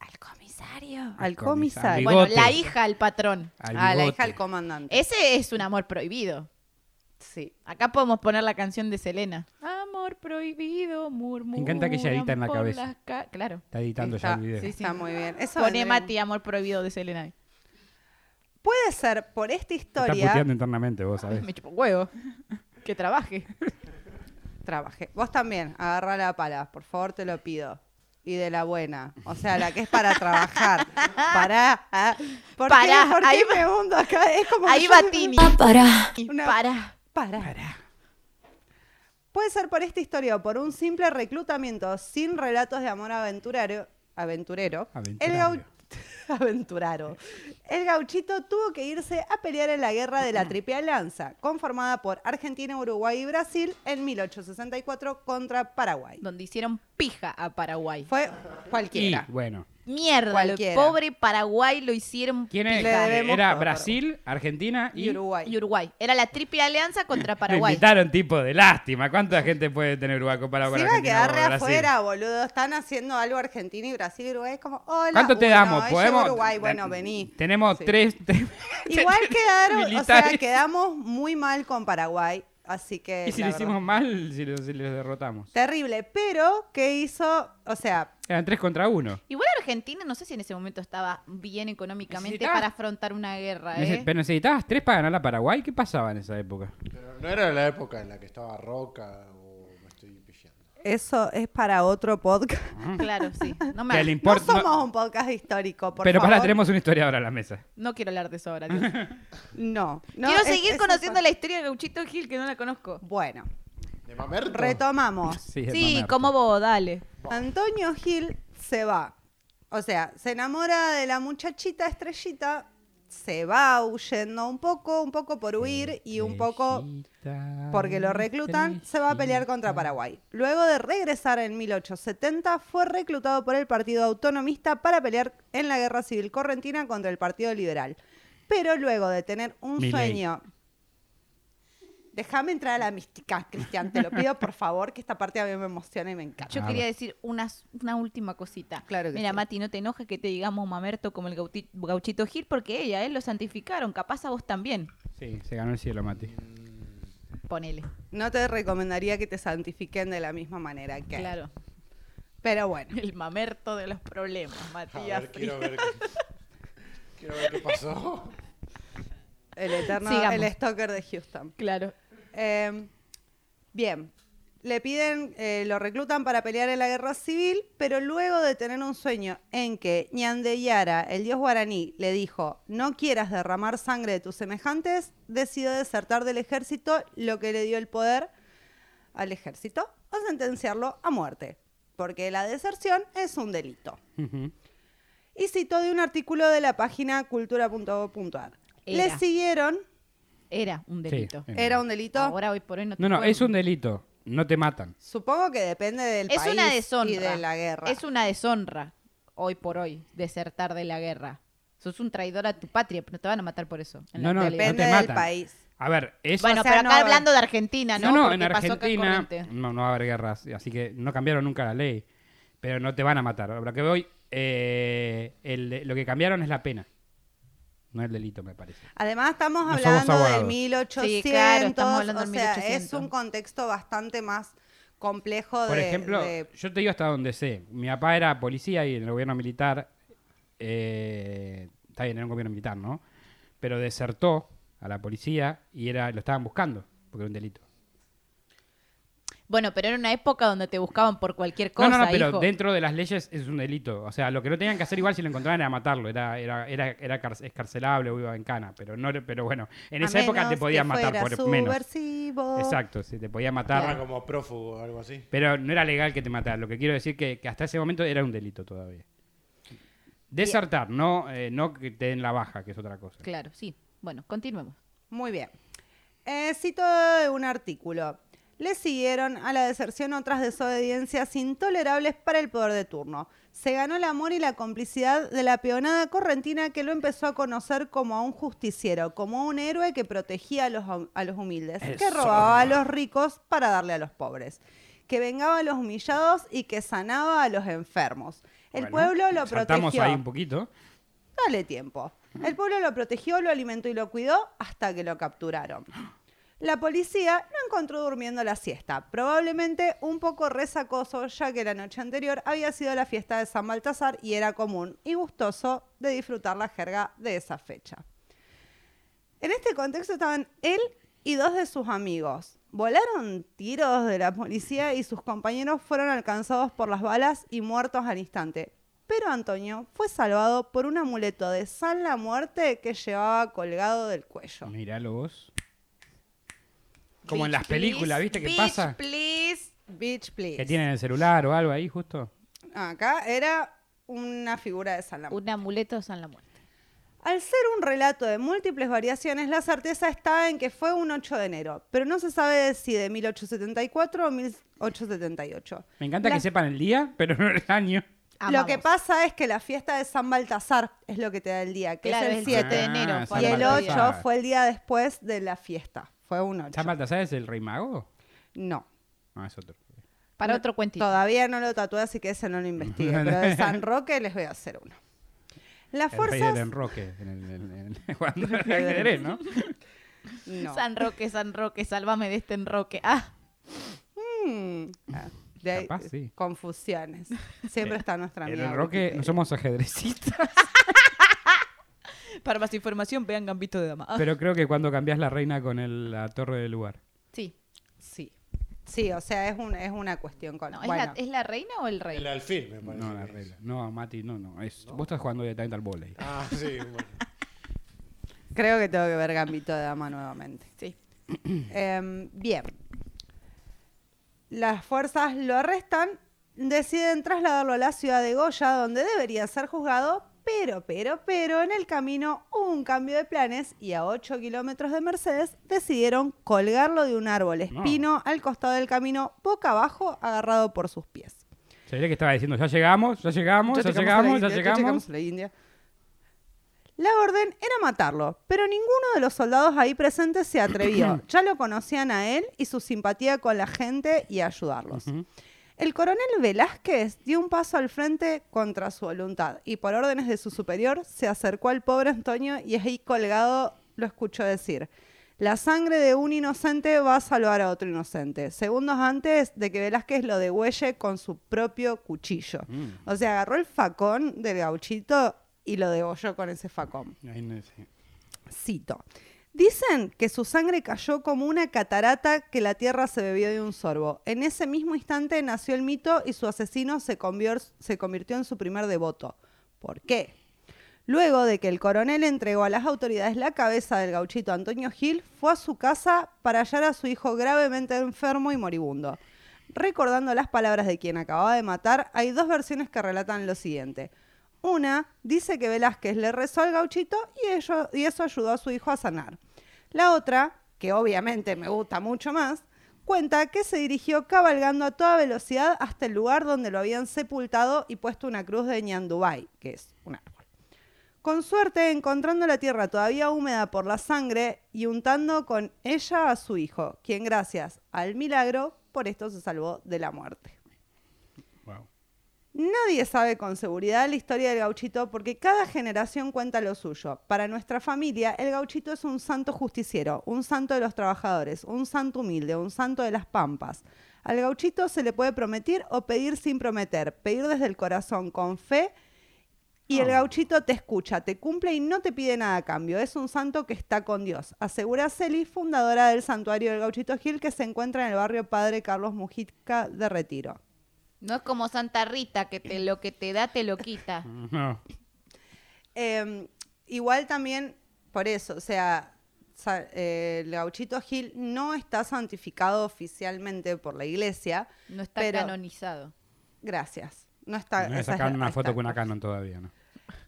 [SPEAKER 3] Al comisario.
[SPEAKER 1] al
[SPEAKER 2] comisario.
[SPEAKER 1] comisario.
[SPEAKER 3] Bueno,
[SPEAKER 2] Bigote.
[SPEAKER 3] la hija al patrón.
[SPEAKER 2] Al
[SPEAKER 1] Ah, la
[SPEAKER 2] bigote.
[SPEAKER 1] hija del comandante.
[SPEAKER 3] Ese es un amor prohibido.
[SPEAKER 1] Sí.
[SPEAKER 3] Acá podemos poner la canción de Selena. Amor prohibido, murmura.
[SPEAKER 2] encanta que ella edita en la cabeza.
[SPEAKER 3] Claro.
[SPEAKER 2] Está editando ya
[SPEAKER 1] Está-
[SPEAKER 2] el video.
[SPEAKER 1] sí, Está muy bien. Eso
[SPEAKER 3] Pone
[SPEAKER 1] vendremos.
[SPEAKER 3] Mati amor prohibido de Selena.
[SPEAKER 1] Puede ser por esta
[SPEAKER 2] Está
[SPEAKER 1] historia.
[SPEAKER 2] puteando internamente, vos sabés.
[SPEAKER 3] Me chupo un huevo.
[SPEAKER 1] [laughs]
[SPEAKER 3] Que trabaje.
[SPEAKER 1] Trabajé. Vos también, agarra la pala, por favor, te lo pido. Y de la buena. O sea, la que es para
[SPEAKER 3] [laughs]
[SPEAKER 1] trabajar. Pará. ah. ¿Por qué-
[SPEAKER 3] Pará,
[SPEAKER 1] por qué
[SPEAKER 3] ahí va-
[SPEAKER 1] me hundo acá? Es como que
[SPEAKER 3] Ahí
[SPEAKER 1] yo
[SPEAKER 3] va
[SPEAKER 1] me-
[SPEAKER 3] Tini.
[SPEAKER 6] para.
[SPEAKER 1] Una-
[SPEAKER 3] Para.
[SPEAKER 1] Pará. Puede ser por esta historia o por un simple reclutamiento sin relatos de amor aventurario, aventurero. El
[SPEAKER 2] Aventurario.
[SPEAKER 1] gau- [laughs] aventuraro. El gauchito tuvo que irse a pelear en la guerra de
[SPEAKER 2] [clears throat]
[SPEAKER 1] la Triple Alianza, conformada por Argentina, Uruguay y Brasil en 1864 contra Paraguay.
[SPEAKER 3] Donde hicieron pija a Paraguay.
[SPEAKER 1] Fue cualquiera.
[SPEAKER 2] Y, bueno,
[SPEAKER 3] mierda. Lo
[SPEAKER 1] Cualquiera.
[SPEAKER 3] pobre Paraguay lo hicieron
[SPEAKER 2] ¿Quién es?
[SPEAKER 1] Le debemos
[SPEAKER 2] Era
[SPEAKER 1] todo,
[SPEAKER 2] Brasil, Argentina y,
[SPEAKER 1] Y Uruguay.
[SPEAKER 3] y Uruguay. Era la triple alianza contra
[SPEAKER 2] Me
[SPEAKER 3] Paraguay.
[SPEAKER 2] invitaron tipo de lástima. ¿Cuánta gente puede tener Uruguay comparado con
[SPEAKER 1] Se iba a
[SPEAKER 2] Argentina
[SPEAKER 1] quedar re
[SPEAKER 2] o Brasil?
[SPEAKER 1] afuera, boludo. Están haciendo algo Argentina y Brasil y Uruguay. Es como, hola.
[SPEAKER 2] ¿Cuánto te
[SPEAKER 1] uno,
[SPEAKER 2] damos?
[SPEAKER 1] ahí llegó
[SPEAKER 2] ¿Podemos?
[SPEAKER 1] Uruguay,
[SPEAKER 2] Ten-
[SPEAKER 1] bueno, vení.
[SPEAKER 2] Tenemos
[SPEAKER 1] Sí.
[SPEAKER 2] tres. [laughs] te-
[SPEAKER 1] [laughs]
[SPEAKER 2] [laughs]
[SPEAKER 1] Igual quedaron, o sea,
[SPEAKER 2] militares.
[SPEAKER 1] quedamos muy mal con Paraguay. Así que.
[SPEAKER 2] [laughs] ¿Y si
[SPEAKER 1] la
[SPEAKER 2] lo
[SPEAKER 1] verdad,
[SPEAKER 2] hicimos mal? Si lo, si lo derrotamos.
[SPEAKER 1] Terrible. Pero, ¿qué hizo? O sea,
[SPEAKER 2] Eran tres contra uno.
[SPEAKER 3] Igual Argentina, no sé si en ese momento estaba bien económicamente
[SPEAKER 2] Necesitaba-
[SPEAKER 3] para afrontar una guerra.
[SPEAKER 2] Nece-
[SPEAKER 3] ¿eh?
[SPEAKER 2] ¿Pero necesitabas tres para ganar la Paraguay? ¿Qué pasaba en esa época?
[SPEAKER 4] Pero no era la época en la que estaba Roca o me estoy pillando.
[SPEAKER 1] eso es para otro podcast.
[SPEAKER 3] [laughs] Claro, sí. No,
[SPEAKER 2] Que le
[SPEAKER 3] me...
[SPEAKER 1] No
[SPEAKER 2] import- Ah, no-
[SPEAKER 1] somos un podcast histórico, por
[SPEAKER 2] pero
[SPEAKER 1] favor.
[SPEAKER 2] para, tenemos una historiadora a la mesa.
[SPEAKER 3] no quiero hablar de eso ahora. Dios.
[SPEAKER 1] No. no,
[SPEAKER 3] Quiero
[SPEAKER 1] es-
[SPEAKER 3] seguir
[SPEAKER 1] es-
[SPEAKER 3] conociendo la historia de Gauchito Gil, que no la conozco.
[SPEAKER 1] Bueno,
[SPEAKER 4] ¿De Mamerto?
[SPEAKER 1] retomamos.
[SPEAKER 2] es
[SPEAKER 3] Sí,
[SPEAKER 2] mamerto.
[SPEAKER 3] como vos, dale.
[SPEAKER 1] Antonio Gil se va. O sea, se enamora de la muchachita estrellita, se va huyendo un poco, un poco por huir y un poco
[SPEAKER 2] Estrellita,
[SPEAKER 1] porque lo reclutan, se va a pelear contra
[SPEAKER 2] estrellita.
[SPEAKER 1] Paraguay. Luego de regresar en 1870, fue reclutado por el Partido Autonomista para pelear en la Guerra Civil Correntina contra el Partido Liberal. Pero luego de tener un
[SPEAKER 2] Milei.
[SPEAKER 1] sueño... Déjame entrar a la mística, Cristian, te lo pido por favor, que esta parte a mí me emociona y me encanta.
[SPEAKER 3] Yo
[SPEAKER 2] A
[SPEAKER 3] quería
[SPEAKER 2] ver.
[SPEAKER 3] decir una, una última cosita.
[SPEAKER 1] Claro que
[SPEAKER 3] Mira,
[SPEAKER 1] sí.
[SPEAKER 3] Mati, no te enojes que te digamos mamerto como el gauti- gauchito Gil, porque ella, él lo santificaron. Capaz a vos también.
[SPEAKER 2] Sí, se ganó el cielo, Mati.
[SPEAKER 3] Ponele.
[SPEAKER 1] No te recomendaría que te santifiquen de la misma manera que. él.
[SPEAKER 3] Claro.
[SPEAKER 1] Pero bueno.
[SPEAKER 3] [laughs] El mamerto de los problemas,
[SPEAKER 4] A
[SPEAKER 3] Matías.
[SPEAKER 4] ver, quiero ver, qué- quiero ver qué pasó.
[SPEAKER 1] El eterno,
[SPEAKER 3] Sigamos.
[SPEAKER 1] el stalker de Houston.
[SPEAKER 3] Claro.
[SPEAKER 1] Eh, bien. Le piden, eh, lo reclutan para pelear en la guerra civil, pero luego de tener un sueño en que Ñandeyara, el dios guaraní, le dijo: No quieras derramar sangre de tus semejantes, decidió desertar del ejército, lo que le dio el poder al ejército a sentenciarlo a muerte, porque la deserción es un delito.
[SPEAKER 2] Ujú.
[SPEAKER 1] y citó de un artículo de la página cultura.gov.ar.
[SPEAKER 3] Era.
[SPEAKER 1] Le siguieron,
[SPEAKER 3] Era un delito.
[SPEAKER 2] Sí. Eh.
[SPEAKER 1] era un delito.
[SPEAKER 3] Ahora, hoy por hoy, no
[SPEAKER 2] [laughs]
[SPEAKER 3] te
[SPEAKER 2] No, no,
[SPEAKER 3] puedo-
[SPEAKER 2] es un delito. No te matan.
[SPEAKER 1] Supongo que depende del
[SPEAKER 3] Es
[SPEAKER 1] país
[SPEAKER 3] una deshonra.
[SPEAKER 1] y de la guerra.
[SPEAKER 3] Es una deshonra, hoy por hoy, desertar de la guerra. Sos un traidor a tu patria, pero no te van a matar por eso. en la
[SPEAKER 2] No, no,
[SPEAKER 3] actualidad.
[SPEAKER 1] Depende
[SPEAKER 2] te
[SPEAKER 1] del
[SPEAKER 2] matan.
[SPEAKER 1] país.
[SPEAKER 2] A ver, es...
[SPEAKER 3] Bueno,
[SPEAKER 1] o sea,
[SPEAKER 3] pero acá
[SPEAKER 1] no-
[SPEAKER 3] hablando de Argentina, ¿no?
[SPEAKER 2] No, no,
[SPEAKER 3] Porque
[SPEAKER 2] en
[SPEAKER 3] pasó acá en
[SPEAKER 2] Argentina
[SPEAKER 3] Corrientes.
[SPEAKER 2] no, no va a haber guerras, así que no cambiaron nunca la ley, pero no te van a matar. Ahora que voy, eh, el- lo que cambiaron es la pena, no el delito, me parece.
[SPEAKER 1] Además estamos
[SPEAKER 2] No somos
[SPEAKER 1] hablando del
[SPEAKER 2] abogados.
[SPEAKER 1] 1800,
[SPEAKER 3] Sí, claro, estamos hablando
[SPEAKER 1] o
[SPEAKER 3] del
[SPEAKER 1] sea,
[SPEAKER 3] 1800.
[SPEAKER 1] es un contexto bastante más complejo de...
[SPEAKER 2] Por ejemplo,
[SPEAKER 1] de-
[SPEAKER 2] yo te digo hasta donde sé. Mi papá era policía y en el gobierno militar, eh, está bien, era un gobierno militar, ¿no? Pero desertó a la policía y era lo estaban buscando porque era un delito.
[SPEAKER 3] Bueno, pero era una época donde te buscaban por cualquier cosa,
[SPEAKER 2] no, no, no, pero
[SPEAKER 3] hijo.
[SPEAKER 2] dentro de las leyes es un delito. O sea, lo que no tenían que hacer igual si lo encontraban era matarlo. Era, era, era, era car- escarcelable o iba en cana. Pero no, pero bueno, en
[SPEAKER 1] a
[SPEAKER 2] esa época
[SPEAKER 1] menos
[SPEAKER 2] te podían
[SPEAKER 1] que
[SPEAKER 2] matar
[SPEAKER 1] fuera
[SPEAKER 2] por menos.
[SPEAKER 1] subversivo.
[SPEAKER 2] Exacto, sí, te podían
[SPEAKER 4] Estaba
[SPEAKER 2] matar.
[SPEAKER 4] como prófugo o algo así.
[SPEAKER 2] Pero no era legal que te matara. Lo que quiero decir que, que hasta ese momento era un delito todavía. Desertar, no, eh, no que te den la baja, que es otra cosa.
[SPEAKER 3] Claro, sí. Bueno, continuemos.
[SPEAKER 1] Muy bien. Eh, cito un artículo. Le siguieron a la deserción otras desobediencias intolerables para el poder de turno. Se ganó el amor y la complicidad de la peonada correntina que lo empezó a conocer como a un justiciero, como a un héroe que protegía a los, hum- a los humildes,
[SPEAKER 2] El
[SPEAKER 1] que robaba a
[SPEAKER 2] zorro.
[SPEAKER 1] los ricos para darle a los pobres, que vengaba a los humillados y que sanaba a los enfermos. El
[SPEAKER 2] Bueno,
[SPEAKER 1] pueblo lo
[SPEAKER 2] saltamos
[SPEAKER 1] protegió.
[SPEAKER 2] ahí un poquito.
[SPEAKER 1] Dale tiempo. El pueblo lo protegió, lo alimentó y lo cuidó hasta que lo capturaron. La policía lo encontró durmiendo la siesta, probablemente un poco resacoso, ya que la noche anterior había sido la fiesta de San Baltasar y era común y gustoso de disfrutar la jerga de esa fecha. En este contexto estaban él y dos de sus amigos. Volaron tiros de la policía y sus compañeros fueron alcanzados por las balas y muertos al instante. Pero Antonio fue salvado por un amuleto de San la Muerte que llevaba colgado del cuello.
[SPEAKER 2] Miralo vos. Como en
[SPEAKER 3] Bitch,
[SPEAKER 2] las películas,
[SPEAKER 3] please,
[SPEAKER 2] ¿viste qué
[SPEAKER 3] bitch,
[SPEAKER 2] pasa?
[SPEAKER 3] please.
[SPEAKER 1] Bitch, please.
[SPEAKER 2] Que tienen el celular o algo ahí, justo.
[SPEAKER 1] Acá era una figura de San la Muerte.
[SPEAKER 3] Un amuleto de San la Muerte.
[SPEAKER 1] Al ser un relato de múltiples variaciones, la certeza está en que fue un 8 de enero, pero no se sabe si de 1874 o 1878.
[SPEAKER 2] Me encanta
[SPEAKER 1] La-
[SPEAKER 2] que sepan el día, [laughs] pero no el año.
[SPEAKER 1] Lo que pasa es que la fiesta de San Baltasar es lo que te da el día, que
[SPEAKER 3] Claro,
[SPEAKER 1] es el 7.
[SPEAKER 3] de enero,
[SPEAKER 2] Ah,
[SPEAKER 3] fue
[SPEAKER 1] y
[SPEAKER 2] San
[SPEAKER 1] el 8
[SPEAKER 2] Baltasar.
[SPEAKER 1] fue el día después de la fiesta. Fue un 8.
[SPEAKER 2] ¿San Baltasar es el rey mago?
[SPEAKER 1] No.
[SPEAKER 2] No, es otro.
[SPEAKER 3] Para otro cuentito.
[SPEAKER 1] Todavía no lo tatué, así que ese no lo
[SPEAKER 2] [laughs]
[SPEAKER 1] investigué. pero de San Roque les voy a hacer uno. Las
[SPEAKER 2] El rey del
[SPEAKER 1] fuerzas.
[SPEAKER 2] enroque. En el, en el- [laughs] en- cuando era ajedrez, ¿no?
[SPEAKER 1] No.
[SPEAKER 3] San Roque, San Roque, sálvame de este enroque. Ah,
[SPEAKER 1] Mm. Ah, de ahí,
[SPEAKER 2] Capaz, sí.
[SPEAKER 1] Confusiones. Siempre está nuestra
[SPEAKER 2] En
[SPEAKER 1] amiga.
[SPEAKER 2] el enroque
[SPEAKER 1] Wikipedia.
[SPEAKER 2] no somos ajedrecistas,
[SPEAKER 1] [laughs]
[SPEAKER 3] para más información vean Gambito de Dama. Ah.
[SPEAKER 2] pero creo que cuando cambias la reina con el- la torre del lugar.
[SPEAKER 3] sí.
[SPEAKER 1] Sí. Sí, o sea, es, un- es una cuestión con.
[SPEAKER 3] No, ¿es,
[SPEAKER 1] bueno,
[SPEAKER 3] la, ¿Es la reina o el rey?
[SPEAKER 4] El alfil, me parece.
[SPEAKER 2] No, la
[SPEAKER 4] que es.
[SPEAKER 2] reina. No, Mati, no, no. es- Vos estás jugando directamente al volei.
[SPEAKER 4] Ah, sí, bueno.
[SPEAKER 1] creo que tengo que ver Gambito de Dama nuevamente.
[SPEAKER 3] Sí.
[SPEAKER 1] Em, bien. Las fuerzas lo arrestan, deciden trasladarlo a la ciudad de Goya, donde debería ser juzgado, pero, pero, pero, en el camino hubo un cambio de planes y a 8 kilómetros de Mercedes decidieron colgarlo de un árbol espino al costado del camino, boca abajo, agarrado por sus pies.
[SPEAKER 2] Sería que estaba diciendo, ya llegamos, ya llegamos, ya, llegamos, ya llegamos.
[SPEAKER 1] La orden era matarlo, pero ninguno de los soldados ahí presentes se
[SPEAKER 2] [coughs]
[SPEAKER 1] atrevió. Ya lo conocían a él y su simpatía con la gente y ayudarlos.
[SPEAKER 2] Ujú.
[SPEAKER 1] El coronel Velázquez dio un paso al frente contra su voluntad y por órdenes de su superior se acercó al pobre Antonio y ahí colgado lo escuchó decir, la sangre de un inocente va a salvar a otro inocente, segundos antes de que Velázquez lo degüelle con su propio cuchillo. O sea, agarró el facón del gauchito y lo degolló con ese facón.
[SPEAKER 2] Ahí no sé.
[SPEAKER 1] Cito. Dicen que su sangre cayó como una catarata que la tierra se bebió de un sorbo. En ese mismo instante nació el mito y su asesino se, convier- se convirtió en su primer devoto. ¿Por qué? Luego de que el coronel entregó a las autoridades la cabeza del gauchito Antonio Gil, fue a su casa para hallar a su hijo gravemente enfermo y moribundo. Recordando las palabras de quien acababa de matar, hay dos versiones que relatan lo siguiente. Una dice que Velázquez le rezó al gauchito y, ello- y eso ayudó a su hijo a sanar. La otra, que obviamente me gusta mucho más, cuenta que se dirigió cabalgando a toda velocidad hasta el lugar donde lo habían sepultado y puesto una cruz de Ñandubay, que es un árbol. Con suerte, encontrando la tierra todavía húmeda por la sangre y untando con ella a su hijo, quien gracias al milagro por esto se salvó de la muerte.
[SPEAKER 2] Wow.
[SPEAKER 1] Nadie sabe con seguridad la historia del gauchito porque cada generación cuenta lo suyo. Para nuestra familia, el gauchito es un santo justiciero, un santo de los trabajadores, un santo humilde, un santo de las pampas. Al gauchito se le puede prometer o pedir sin prometer, pedir desde el corazón, con fe, y el gauchito te escucha, te cumple y no te pide nada a cambio. Es un santo que está con Dios. Asegura Celis, fundadora del santuario del gauchito Gil, que se encuentra en el barrio Padre Carlos Mujica de Retiro.
[SPEAKER 3] No es como Santa Rita, que te, lo que te da te lo quita.
[SPEAKER 2] No.
[SPEAKER 1] Eh, igual también, por eso, o sea, sa- eh, el gauchito Gil no está santificado oficialmente por la iglesia.
[SPEAKER 3] No está
[SPEAKER 1] Pero-
[SPEAKER 3] canonizado.
[SPEAKER 1] Gracias. No está. esa
[SPEAKER 2] Me
[SPEAKER 1] es
[SPEAKER 2] sacaron
[SPEAKER 1] la-
[SPEAKER 2] una
[SPEAKER 1] ahí
[SPEAKER 2] foto
[SPEAKER 1] está.
[SPEAKER 2] con una Canon todavía, ¿no?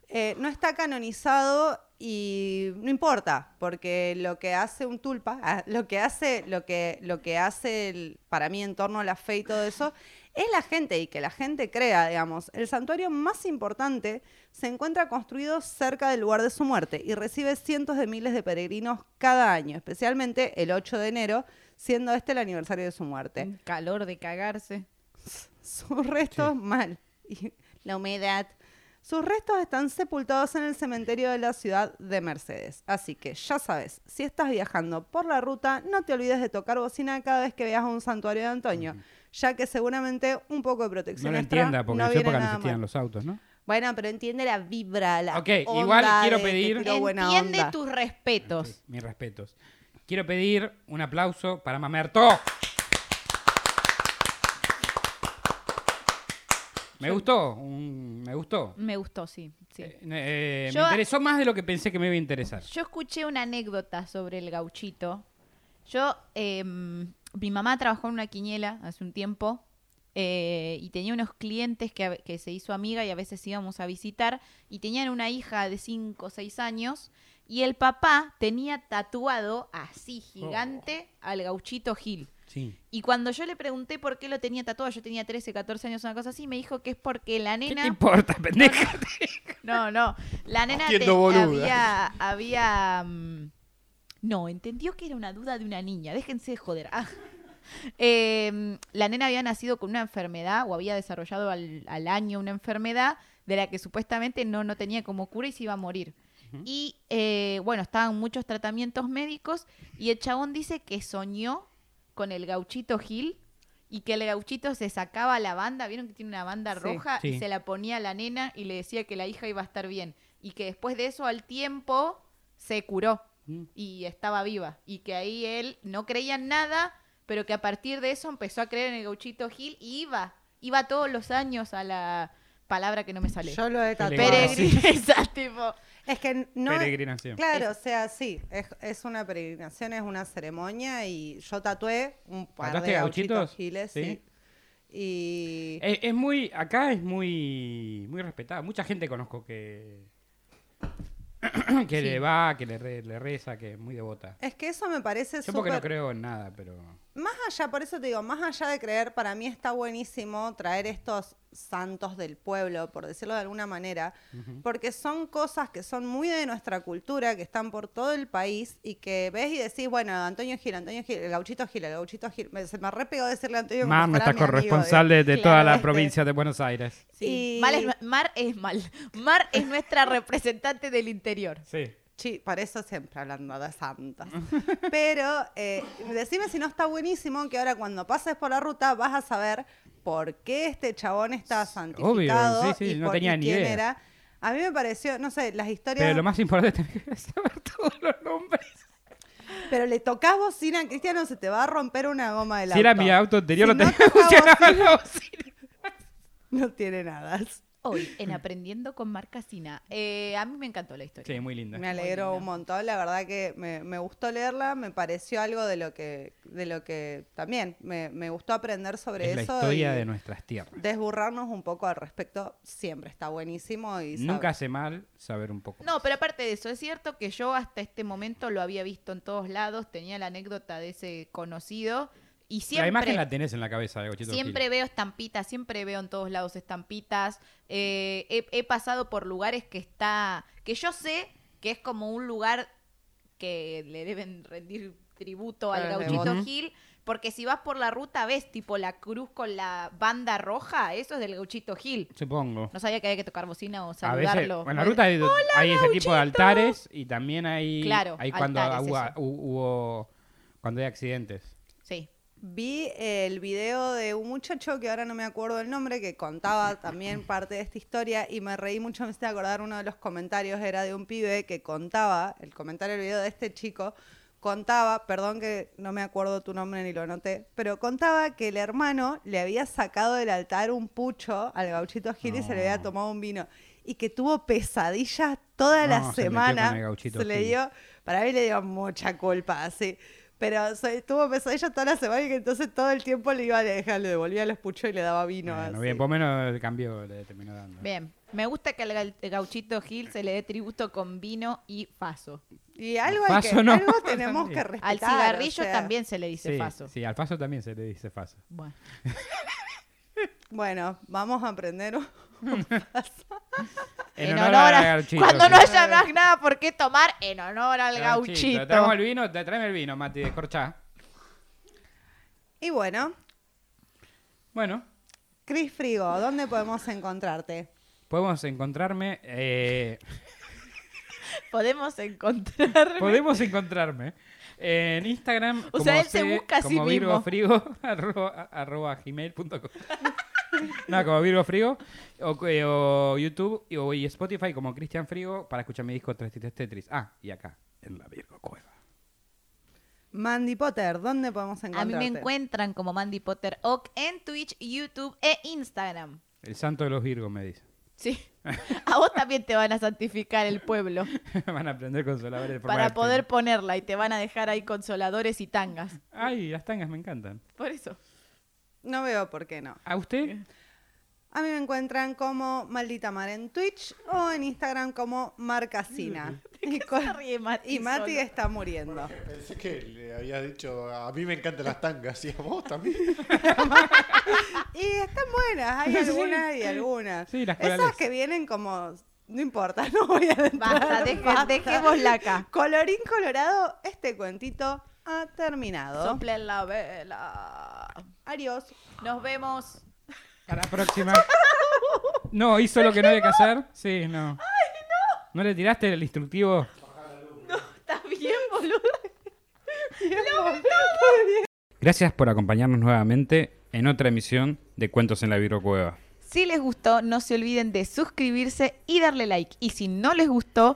[SPEAKER 1] Eh, no está canonizado y no importa, porque lo que hace un tulpa, ah, lo que hace, lo que, lo que hace el- para mí en torno a la fe y todo eso, es la gente y que la gente crea, digamos. El santuario más importante se encuentra construido cerca del lugar de su muerte y recibe cientos de miles de peregrinos cada año, especialmente el 8 de enero, siendo este el aniversario de su muerte.
[SPEAKER 3] Un calor de cagarse.
[SPEAKER 1] Sus restos, mal. [laughs] Y la humedad. Sus restos están sepultados en el cementerio de la ciudad de Mercedes. Así que ya sabes, si estás viajando por la ruta, no te olvides de tocar bocina cada vez que veas a un santuario de Antonio, ya que seguramente un poco de
[SPEAKER 2] No
[SPEAKER 1] protección
[SPEAKER 2] lo
[SPEAKER 1] extra
[SPEAKER 2] entienda, porque
[SPEAKER 1] no
[SPEAKER 2] en su
[SPEAKER 1] viene
[SPEAKER 2] época no
[SPEAKER 1] nada
[SPEAKER 2] existían
[SPEAKER 1] mal.
[SPEAKER 2] los autos, ¿no?
[SPEAKER 1] Bueno, pero entiende la vibra, la
[SPEAKER 2] Ok, igual
[SPEAKER 1] onda
[SPEAKER 2] quiero
[SPEAKER 1] de te
[SPEAKER 2] pedir-
[SPEAKER 1] tiro buena
[SPEAKER 3] Entiende
[SPEAKER 1] onda.
[SPEAKER 3] tus respetos.
[SPEAKER 2] Mis respetos. Quiero pedir un aplauso para Mamerto. Me gustó, un- me gustó.
[SPEAKER 3] Me gustó, sí. sí.
[SPEAKER 2] Eh, eh,
[SPEAKER 3] Yo-
[SPEAKER 2] me interesó más de lo que pensé que me iba a interesar.
[SPEAKER 3] Yo escuché una anécdota sobre el gauchito. Yo, em, mi mamá trabajó en una quiniela hace un tiempo eh, y tenía unos clientes que, a ve- que se hizo amiga y a veces íbamos a visitar y tenían una hija de 5 o 6 años
[SPEAKER 2] Oh.
[SPEAKER 3] y el papá tenía tatuado así gigante al gauchito Gil.
[SPEAKER 2] Sí.
[SPEAKER 3] Y cuando yo le pregunté por qué lo tenía tatuado, yo tenía 13, 14 años, una cosa así, me dijo que es porque la
[SPEAKER 2] ¿Qué
[SPEAKER 3] nena...
[SPEAKER 2] te importa, pendeja?
[SPEAKER 3] No, no. La nena
[SPEAKER 4] Haciendo
[SPEAKER 3] te-
[SPEAKER 4] boluda.
[SPEAKER 3] había. había mm, no, entendió que era una duda de una niña. Déjense de joder. Ah. Eh, la nena había nacido con una enfermedad o había desarrollado al, al año una enfermedad de la que supuestamente no, no tenía como cura y se iba a morir. Y eh, bueno, estaban muchos tratamientos médicos y el chabón dice que soñó con el gauchito Gil y que el gauchito se sacaba la banda, vieron que tiene una banda
[SPEAKER 1] Sí.
[SPEAKER 3] roja y
[SPEAKER 2] Sí.
[SPEAKER 3] se la ponía a la nena y le decía que la hija iba a estar bien y que después de eso al tiempo se curó
[SPEAKER 2] Mm.
[SPEAKER 3] y estaba viva y que ahí él no creía en nada, pero que a partir de eso empezó a creer en el gauchito Gil y iba, iba todos los años a la palabra que no me sale.
[SPEAKER 1] Yo lo he tatuado.
[SPEAKER 3] [laughs]
[SPEAKER 2] Peregrin-
[SPEAKER 3] Peregrina, exacto, tipo.
[SPEAKER 1] Es que no.
[SPEAKER 2] Peregrinación.
[SPEAKER 1] Claro, o sea, sí, es, es una peregrinación, es una ceremonia y yo tatué un par
[SPEAKER 2] ¿Tatuaste
[SPEAKER 1] de gauchitos,
[SPEAKER 2] gauchitos?
[SPEAKER 1] giles,
[SPEAKER 2] Sí. Eh,
[SPEAKER 1] sí. Y
[SPEAKER 2] Es, es muy. Acá es muy. Muy respetada. Mucha gente conozco que. [coughs] que le va, que le, re- le reza, que es muy devota.
[SPEAKER 1] es que eso me parece
[SPEAKER 2] Yo porque no
[SPEAKER 1] súper-
[SPEAKER 2] creo en nada, pero.
[SPEAKER 1] Más allá, por eso te digo, más allá de creer, para mí está buenísimo traer estos santos del pueblo, por decirlo de alguna manera, porque son cosas que son muy de nuestra cultura, que están por todo el país y que ves y decís, bueno, Antonio Gil, Antonio Gil, el gauchito Gil, el gauchito Gil. Me- se me repegó decirle a Antonio como
[SPEAKER 2] Mar,
[SPEAKER 1] si
[SPEAKER 2] nuestra
[SPEAKER 1] fuera mi amigo, digo.
[SPEAKER 2] corresponsal de, de toda
[SPEAKER 3] eh. Claro,
[SPEAKER 2] la
[SPEAKER 1] este.
[SPEAKER 2] provincia de Buenos Aires.
[SPEAKER 1] Y-
[SPEAKER 3] Mal es- Mar es mal. [laughs] Mar es nuestra representante del interior.
[SPEAKER 2] Sí.
[SPEAKER 1] Sí, para eso siempre hablando de
[SPEAKER 2] [laughs]
[SPEAKER 1] santos. Pero eh, decime si no está buenísimo que ahora cuando pases por la ruta vas a saber por qué este chabón está santificado
[SPEAKER 2] sí, sí,
[SPEAKER 1] y
[SPEAKER 2] no
[SPEAKER 1] por- y
[SPEAKER 2] tenía ni
[SPEAKER 1] quién
[SPEAKER 2] idea.
[SPEAKER 1] era. A mí me pareció, no sé, las historias.
[SPEAKER 2] Pero lo más importante [laughs] es tener que saber todos los nombres.
[SPEAKER 1] Pero le tocas bocina a Cristiano, se te va a romper una goma del
[SPEAKER 2] Si
[SPEAKER 1] auto.
[SPEAKER 2] era mi auto anterior,
[SPEAKER 1] Si
[SPEAKER 2] lo
[SPEAKER 1] no
[SPEAKER 2] tenía que
[SPEAKER 1] tocaba
[SPEAKER 2] funcionar
[SPEAKER 1] bocina,
[SPEAKER 2] la bocina.
[SPEAKER 1] [laughs] No tiene nada.
[SPEAKER 3] Hoy, en Aprendiendo con Mar Casina. Eh, a mí me encantó la historia.
[SPEAKER 2] Sí, muy linda.
[SPEAKER 1] Me alegro
[SPEAKER 3] lindo.
[SPEAKER 1] un montón, la verdad que me, me gustó leerla, me pareció algo de lo que, de lo que también me, me gustó aprender sobre
[SPEAKER 2] Es la
[SPEAKER 1] eso.
[SPEAKER 2] historia
[SPEAKER 1] y-
[SPEAKER 2] de nuestras tierras.
[SPEAKER 1] desburrarnos un poco al respecto siempre está buenísimo y sabe-
[SPEAKER 2] Nunca hace mal saber un poco.
[SPEAKER 3] No, pero aparte de eso, es cierto que yo hasta este momento lo había visto en todos lados, tenía la anécdota de ese conocido y siempre...
[SPEAKER 2] la imagen la tenés en la cabeza de Gochito
[SPEAKER 3] Siempre
[SPEAKER 2] Gil.
[SPEAKER 3] veo estampitas, siempre veo en todos lados estampitas. Eh, he, he pasado por lugares que está, que yo sé que es como un lugar que le deben rendir tributo al
[SPEAKER 1] Claro,
[SPEAKER 3] gauchito
[SPEAKER 2] Ujú.
[SPEAKER 3] Gil, porque si vas por la ruta ves tipo la cruz con la banda roja, eso es del gauchito Gil.
[SPEAKER 2] Supongo.
[SPEAKER 3] No sabía que había que tocar bocina o
[SPEAKER 2] A veces,
[SPEAKER 3] saludarlo.
[SPEAKER 2] bueno, en la ruta hay, hay ese tipo de altares y también hay,
[SPEAKER 3] Claro,
[SPEAKER 2] hay cuando
[SPEAKER 3] altares,
[SPEAKER 2] hubo,
[SPEAKER 3] eso.
[SPEAKER 2] hu- hubo- cuando hay accidentes.
[SPEAKER 3] Sí.
[SPEAKER 1] vi el video de un muchacho que ahora no me acuerdo el nombre que contaba también parte de esta historia y me reí mucho me hice acordar uno de los comentarios era de un pibe que contaba el comentario del video de este chico contaba perdón que no me acuerdo tu nombre ni lo anoté pero contaba que el hermano le había sacado del altar un pucho al gauchito Gil y se le había
[SPEAKER 2] No.
[SPEAKER 1] tomado un vino y que tuvo pesadillas toda
[SPEAKER 2] No, se
[SPEAKER 1] la
[SPEAKER 2] metió
[SPEAKER 1] semana
[SPEAKER 2] con el gauchito
[SPEAKER 1] se le
[SPEAKER 2] Gil.
[SPEAKER 1] dio para mí le dio mucha culpa, así. Pero se, tuvo pesadilla toda la semana y que entonces todo el tiempo le iba a dejar, le devolvía los puchos y le daba vino.
[SPEAKER 2] Bueno,
[SPEAKER 1] así.
[SPEAKER 2] Eh, bien, por lo menos cambió, le terminó dando.
[SPEAKER 3] Bien. Me gusta que al gau- gauchito Gil se le dé tributo con vino y faso.
[SPEAKER 1] y algo, hay
[SPEAKER 2] [laughs] Paso
[SPEAKER 1] que-
[SPEAKER 2] no.
[SPEAKER 1] algo tenemos que respetar.
[SPEAKER 3] Al cigarrillo
[SPEAKER 1] o sea.
[SPEAKER 3] también se le dice
[SPEAKER 2] Sí,
[SPEAKER 3] faso.
[SPEAKER 2] sí, al paso también se le dice paso.
[SPEAKER 3] Bueno.
[SPEAKER 1] Bueno, vamos a aprender. un-
[SPEAKER 3] En, honor a,
[SPEAKER 2] Gauchito,
[SPEAKER 3] cuando
[SPEAKER 2] sí.
[SPEAKER 3] no haya más nada por qué tomar, en honor al
[SPEAKER 2] Gauchito,
[SPEAKER 3] gauchito.
[SPEAKER 2] Traemos el vino, te traeme el vino, Mati, descorchá.
[SPEAKER 1] Y bueno,
[SPEAKER 2] Bueno,
[SPEAKER 1] Cris Frigo, ¿dónde podemos encontrarte?
[SPEAKER 2] podemos encontrarme. eh,
[SPEAKER 3] Podemos encontrar.
[SPEAKER 2] podemos encontrarme en Instagram.
[SPEAKER 3] O
[SPEAKER 2] como
[SPEAKER 3] sea, él se busca a sí
[SPEAKER 2] como
[SPEAKER 3] mismo.
[SPEAKER 2] Virgo Frigo, [laughs] arroba, arroba gmail.com. No, como Virgo Frigo, o, eh, o YouTube y, o- y Spotify como Cristian Frigo para escuchar mi disco Tetris Tetris. Ah, y acá, en la Virgo Cueva.
[SPEAKER 1] Mandy Potter, ¿dónde podemos
[SPEAKER 3] A mí
[SPEAKER 1] encontrarte?
[SPEAKER 3] me encuentran como Mandy Potter Oak en Twitch, YouTube e Instagram.
[SPEAKER 2] El santo de los Virgos me dice. [laughs]
[SPEAKER 3] [laughs] Sí. A vos también te van a santificar el pueblo
[SPEAKER 2] Van a aprender consoladores de forma
[SPEAKER 3] para
[SPEAKER 2] activa.
[SPEAKER 3] poder ponerla y te van a dejar ahí consoladores y tangas.
[SPEAKER 2] Ay, las tangas me encantan.
[SPEAKER 3] Por eso.
[SPEAKER 1] No veo por qué no.
[SPEAKER 2] ¿A usted?
[SPEAKER 1] A
[SPEAKER 2] Mm.
[SPEAKER 1] mí me encuentran como Maldita Mar en Twitch o en Instagram como Marcasina. Y,
[SPEAKER 3] qué
[SPEAKER 1] con-
[SPEAKER 3] se [laughs] ríe Mati
[SPEAKER 1] y Mati
[SPEAKER 3] solo?
[SPEAKER 1] está muriendo.
[SPEAKER 4] Pensé que le habías dicho, a mí me encantan las tangas, y a vos también.
[SPEAKER 1] Y están buenas, hay
[SPEAKER 2] [laughs] Sí,
[SPEAKER 1] algunas y
[SPEAKER 2] sí.
[SPEAKER 1] algunas.
[SPEAKER 2] Sí, las
[SPEAKER 1] Esas
[SPEAKER 2] corales.
[SPEAKER 1] que vienen como, no importa, [laughs] no voy a entrar.
[SPEAKER 3] Basta, deje- dejémosla acá.
[SPEAKER 1] Colorín colorado, este cuentito ha terminado.
[SPEAKER 3] Soplen la vela.
[SPEAKER 1] Adiós.
[SPEAKER 3] Nos vemos.
[SPEAKER 2] A la próxima. No, hizo lo que no había que hacer. Sí, no. ¡Ay, no! ¿No le tiraste el instructivo?
[SPEAKER 3] ¿Estás bien, boludo?
[SPEAKER 2] Gracias por acompañarnos nuevamente en otra emisión de Cuentos en la Virocueva.
[SPEAKER 3] Si les gustó, no se olviden de suscribirse y darle like. Y si no les gustó,